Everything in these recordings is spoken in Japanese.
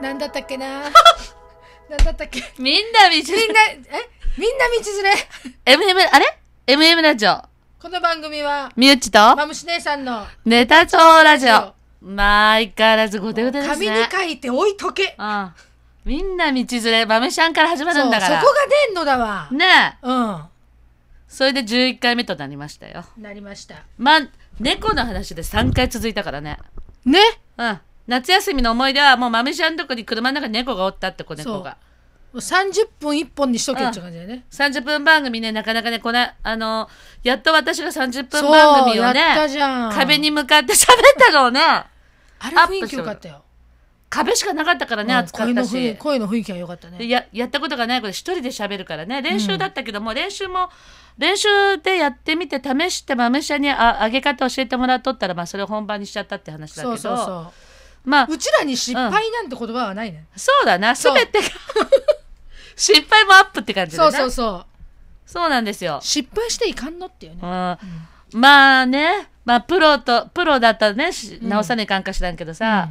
なんだったっけ ななんだったっけみんな道連みんれ。な、えみんな道連れ MM、あれ ?MM ラジオ。この番組は、みゆっちと、マムシ姉さんのネタ帳ラジオ。まあ、相変わらずごてごてです紙にね。書いて置いとけ。うん。みんな道連れ、まめしゃんから始まそうるそこんだから。が出んのだわ。ねえ。うそれで11回目となりましたよ。ん。なりました。まあ、猫の話で3回続いたからね。ねうん。夏休みの思い出は、もうまめしゃんとこに車の中に猫がおったって子猫が。もう30分1本にしとけっていう感じだよね。 30分番組ね、なかなかね、この、あの、やっと私が30そ分う、番組やをったね、じゃん。壁。に向かって喋ったのをね、あれアップ雰囲気良かったよ。壁しかなかったからね、うん暑かった声の雰囲し気。声の雰囲気が良かったでね。ややったことがないこと一人で喋るからね練習だったけども、練習も練習でやってみて試してまめしゃにあ上げ方教えてもらっとったら、まあ、それを本番にしちゃったって話だけそどうそうそまあう。うちらに失敗なんて言葉はないね。そうだなそ全うてが失敗もアップって感じだそねうそうそう。そうなんですよ、失敗していかんのっていううね。ん、まあね、まあ、プロとプロだったらねし直さねえかんかしらんけどさ、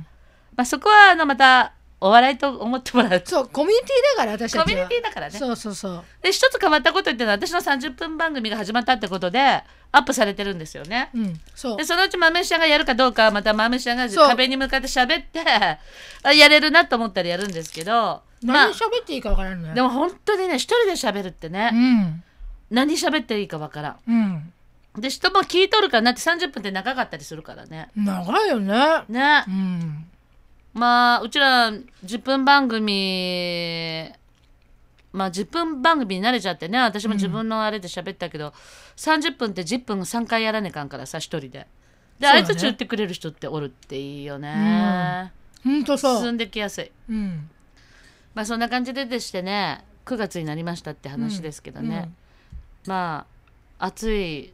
まあ、そこはあのまたお笑いと思ってもらうとそう、コミュニティだから私たちは。コミュニティだからねそうそうそう。で一つ変わったこと言ってるのは私の30分番組が始まったってことでアップされてるんですよね。うん、そうで。そのうち豆ちゃんがやるかどうかはまた豆ちゃんがそう壁に向かって喋って あやれるなと思ったらやるんですけど、ま何喋っていいかわからんのあ、よ。でも本当にね一人で喋るってね、うん。何喋っていいかわからうん。ん。で人も聞いとるかなって30分って長かったりするからね。長いよね。ねう、ん。まあうちら10分番組まあ10分番組に慣れちゃってね私も自分のあれで喋ったけど、30分って10分3回やらねえかんからさ一人で。でそうだね相づち打ってくれる人っておるっていいよね、ほんとそ進う。んできやすいうん。まあそんな感じででしてね9月になりましたって話ですけどね、うんまあ暑い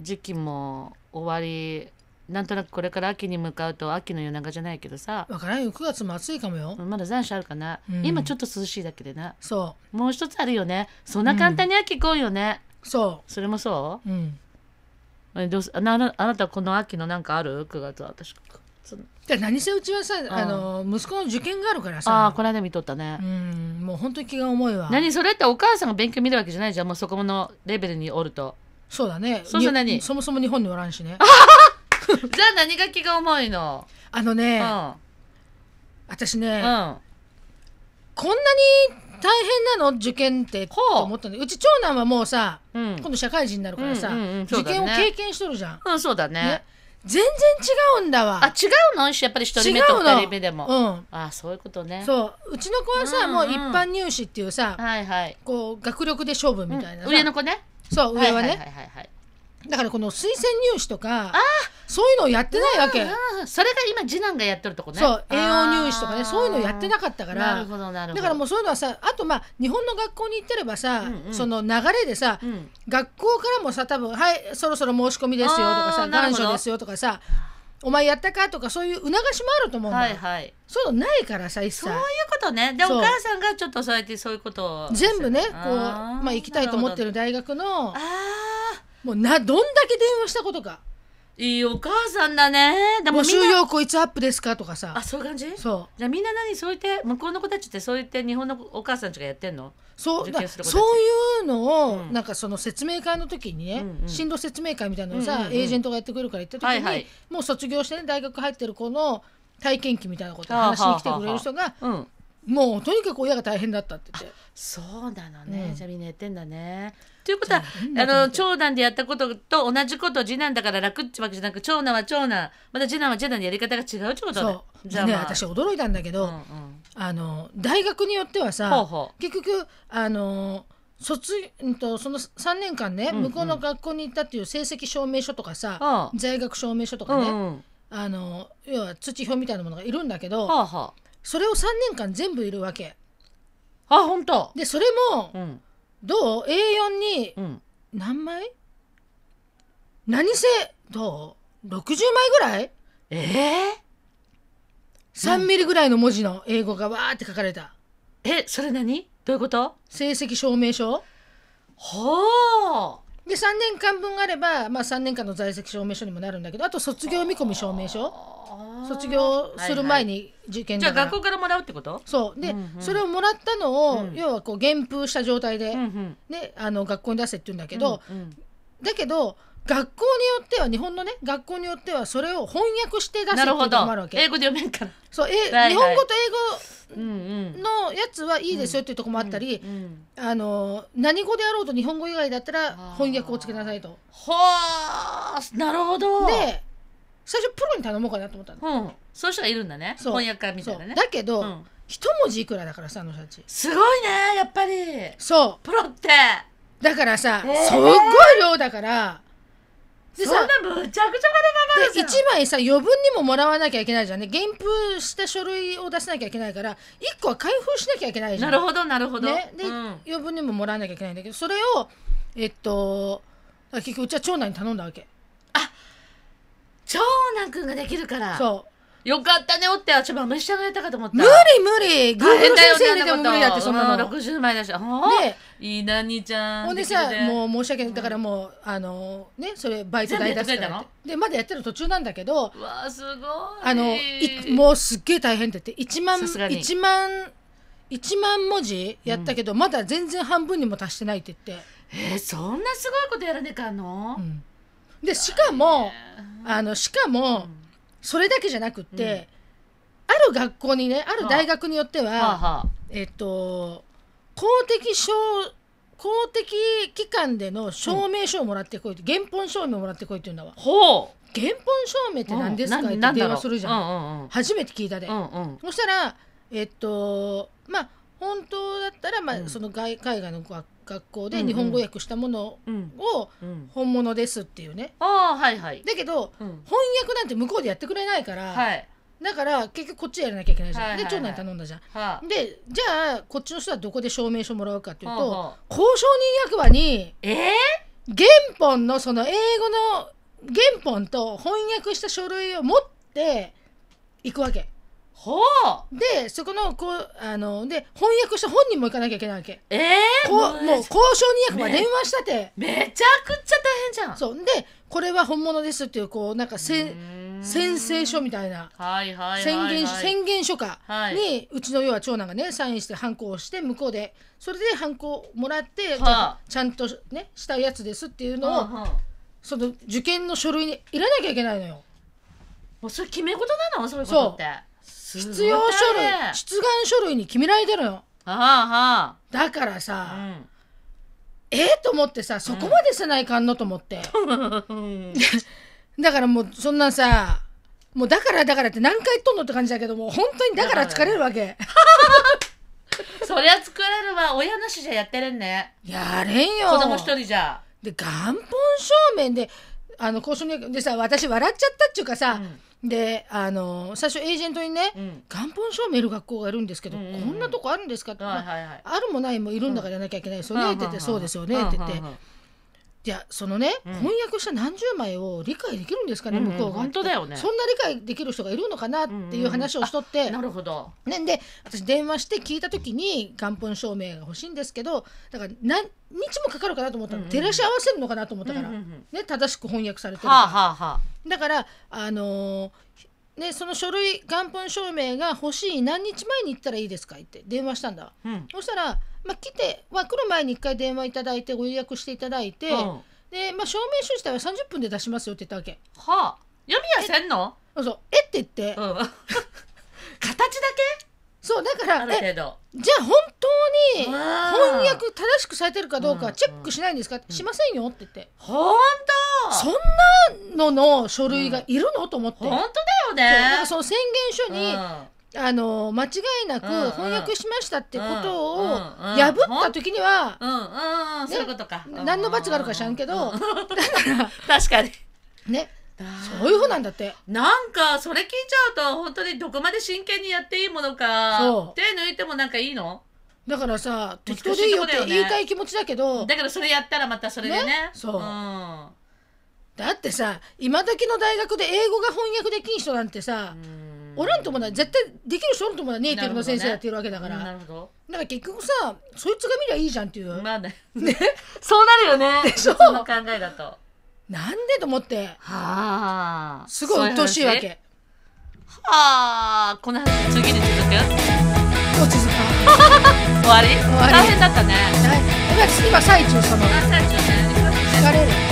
時期も終わりなんとなくこれから秋に向かうと秋の夜長じゃないけどさ、わからんよ。9月も暑いかもよ。まだ残暑あるかな、うん今ちょっと涼しいだけでなそもう一つあるよねそんな簡単に秋来んよね、う。そ。それもそううん。うえどうすあなあなあなたこの秋のなんかある9月は私で、何せうちはさ、あの、息子の受験があるからああさ。この間見とったねう、ん。もう本当に気が重いわ。何それってお母さんが勉強見るわけじゃないじゃんもうそこのレベルにおるとそうだね。そうそう何にそもそも日本におらんしね。じゃあ何が気が重いの、あのうね、ん私ね、うんこんなに大変なの受験ってってほう思ったんでうち長男はもうさうん今度社会人になるからさ、うんうんうんそう受だね験を経験しとるじゃん、うんそうだねね全然違うんだわあ違うのやっぱり一人目違とうの二人目でも、うんああそういうことねそううちの子はさ、うんうんもう一般入試っていうさはいはい、こう学力で勝負みたいなさ、うん上の子ねそう上はね、はいはいはいはいだからこの推薦入試とかそういうのをやってないわけ、うんそれが今次男がやってるとこねそう栄養入試とかあーねそういうのやってなかったからなるほどなるほだどからもうそういうのはさあとまあ日本の学校に行ってればさ、うんうんその流れでさ、うん学校からもさ多分「はいそろそろ申し込みですよ」とかあさ「ーなる願ほど書ですよ」とかさ「お前やったか?」とかそういう促しもあると思うんだ、はいはいそういうのないからさ一切そういうことねでおそう母さんがちょっとそうやってそういうことを全部ねこうあーまあ、行きたいと思ってる大学のなるほどあもうなどんだけ電話したことかーいいお母さんだね「でも募み集んな要項いつアップですか?」とかさあそういう感じそうじゃあみんな何そう言って向こうの子たちってそう言って日本のお母さんたちがやってんのそう受だ験する子たちそういうのを、うんなんかその説明会の時にね、うんうん進路説明会みたいなのをさ、うんうんうんエージェントがやってくるから行った時に、はいはいもう卒業してね大学入ってる子の体験記みたいなことを話しに来てくれる人がうんもうとにかく親が大変だったって言ってそうなのね、うんじゃあみんなやってんだね。ということはそうなあんだの長男でやったことと同じことを次男だから楽ってわけじゃなく長男は長男また次男は次男でやり方が違うってことだそうじゃあ、ねまあ、私驚いたんだけうど、んうんあの大学によってはさほうほ結局あの卒うんとその3年間ね、うんうん向こうの学校に行ったっていう成績証明書とかさ、ほう在学証明書とうかんね、うんあの要は通知表みたいなものがいるんだけど、ほうほうそれを3年間全部いるわけあ本当でそれもうんどう A4 にうん何枚何せどう60枚ぐらいええ ?3 ミリぐらいの文字の英語がわーって書かれたえそれ何どういうこと成績証明書ほうで3年間分あれば、まあ、3年間の在籍証明書にもなるんだけどあと卒業見込み証明書卒業する前にに受験じゃあだから学校からもらうってことそうで、うんうんそれをもらったのを、うん要はこう原封した状態で、うんうんね、あの学校に出せって言うんだけど、うんうんだけど学校によっては日本のね学校によってはそれを翻訳して出せってないうるのほどもあるわ英け語で読めるからそうえ、はい日本語とうんうん英語のやつはいいですよっていうとこもあったり、うんあの何語であろうと日本語以外だったら翻訳をつけなさいと。ほあなるほどで最初プロに頼もうかなと思ったの。うんそういう人がいるんだねそう翻訳家みたいなそねうだけど、うん一文字いくらだからさあの人たち。すごいねやっぱりそプロってうだからさ、えーすっごい量だから。でそんなさむちゃくちゃ金かかるでじゃん1枚さ余分にももらわなきゃいけないじゃんね原封した書類を出さなきゃいけないから1個は開封しなきゃいけないじゃ。なんるほどなるほどね、で、うん余分にももらわなきゃいけないんだけどそれをえっと結局うちは長男に頼んだわけ。長男くんができるからそうよかったねおってあちょっと召し上がれたかと思った無理無理グー大グ変ルだ先よ生入れても無理だってそんなの。六十枚だしほうでいいな兄ちゃんほんできさるねもう申し訳ないだからもうあのねそれバイト代出すか全部らっやってくれたのてでまだやってる途中なんだけどうわすごいあのいもうすっげえ大変って言って1万さすがに一万一万文字やったけどまだ全然半分にも達してないって言ってえーそんなすごいことやらねえかんの、うんでしかもえあのしかーもそれだけじゃなくってある学校にねある大学によってはあははあえっと公的証公的機関での証明書をもらってこいって、原本証明をもらってこいって言うんだわほう原本証明って何ですかうっんてなん電話するじゃん、なんだ初めて聞いたで、ろううんうんうんうんそしたらえっとまあ本当だったら、まあうんその外海外の学学校うでんうん日本語訳したものうんをうん本物ですっていうねああはいはいだけどうん翻訳なんて向こうでやってくれないから、はいだから結局こっちでやらなきゃいけないじゃん、はいはいはいで長男に頼んだじゃんはあでじゃあこっちの人はどこで証明書もらうかっていうと、ほうほ交渉人役場にえー原本のその英語の原本と翻訳した書類を持って行くわけほうでそこのこうあので翻訳した本人も行かなきゃいけないわけえーこうもうめ交渉人役場電話したて、めちゃくちゃ大変じゃんそうでこれは本物ですっていうこうなんかせんう宣誓書みたいなはいはいはい宣はい言宣言書かはいにうちの要は長男がねサインしてハンコをして向こうでそれでハンコもらってはあじゃあちゃんとねしたやつですっていうのをうんうんもその受験の書類に入れなきゃいけないのようそれ決め事なのそういうことって必要書すごい類ね出願書類に決められてるのよはだからあはさ、あええと思ってさそこまでせないかんのと思って、うんだからもうそんなさもうだからだからって何回言っとんのって感じだけどもう本当にだから疲れるわけ そりゃ作れるわ親なしじゃやってれんねやれんよ子供一人じゃで元本証明であの交渉にでさ私笑っちゃったっていうかさ、であの最初エージェントにね、うん元本証明いる学校がいるんですけど、うんうんうんこんなとこあるんですかって、はいまあはいはいあるもないもいるんだからやらなきゃいけないですよね、って言って、そうですよね、って言って、うんうんうんいやそのね、うん翻訳した何十枚を理解できるんですかね、うんうん向こうが本当だよねそんな理解できる人がいるのかなっていう話をしとって、なるほどね、で私電話して聞いた時に元本証明が欲しいんですけどだから何日もかかるかなと思ったの、うんうん照らし合わせるのかなと思ったから、うんうんうんね、正しく翻訳されてるからはあはあはだから、あのーね、その書類元本証明が欲しい何日前に行ったらいいですかって電話したんだわあうんそしたら、まあ、来て、まあ、来る前に一回電話いただいてご予約していただいて、うんはで、まあ、証明書自体は30分で出しますよって言ったわけあ読みやせんのそうそうえって言って、うん 形だそうだかけあらるえ程度じゃあ本当に翻翻訳正しくされてるかどううかんチェックしないんですか、しませんよって言って、ほんとそんなのの書類がいるの、と思って、ほんそうとだだかよねらその宣言書に、うんあの間違いなくうんうん翻訳しましたってことをうんうんうん破った時にはうんうんうんそういうことか何の罰があるか知らんけどうだんから確かにねそういうふうなんだってなんかそれ聞いちゃうと本当にどこまで真剣にやっていいものかそう手抜いてもなんかいいのだからさ難適しいと当こでいいよっだよてね言いたい気持ちだけどだけどそれやったらまたそれでねねそうんだってさ今時の大学で英語が翻訳できん人なんてさうんおらんともない絶対できる人おるともないネイティブの先生やってるわけだだからなるほなんか結局さそいつが見りゃいいじゃんっていう、どまあね そうなるよねしょその考えだとはなんでと思ってあすごい鬱陶しいわけはあこの話次に続くもう続か終わりわり大変だったねない今今最中そのあ最初ね疲れる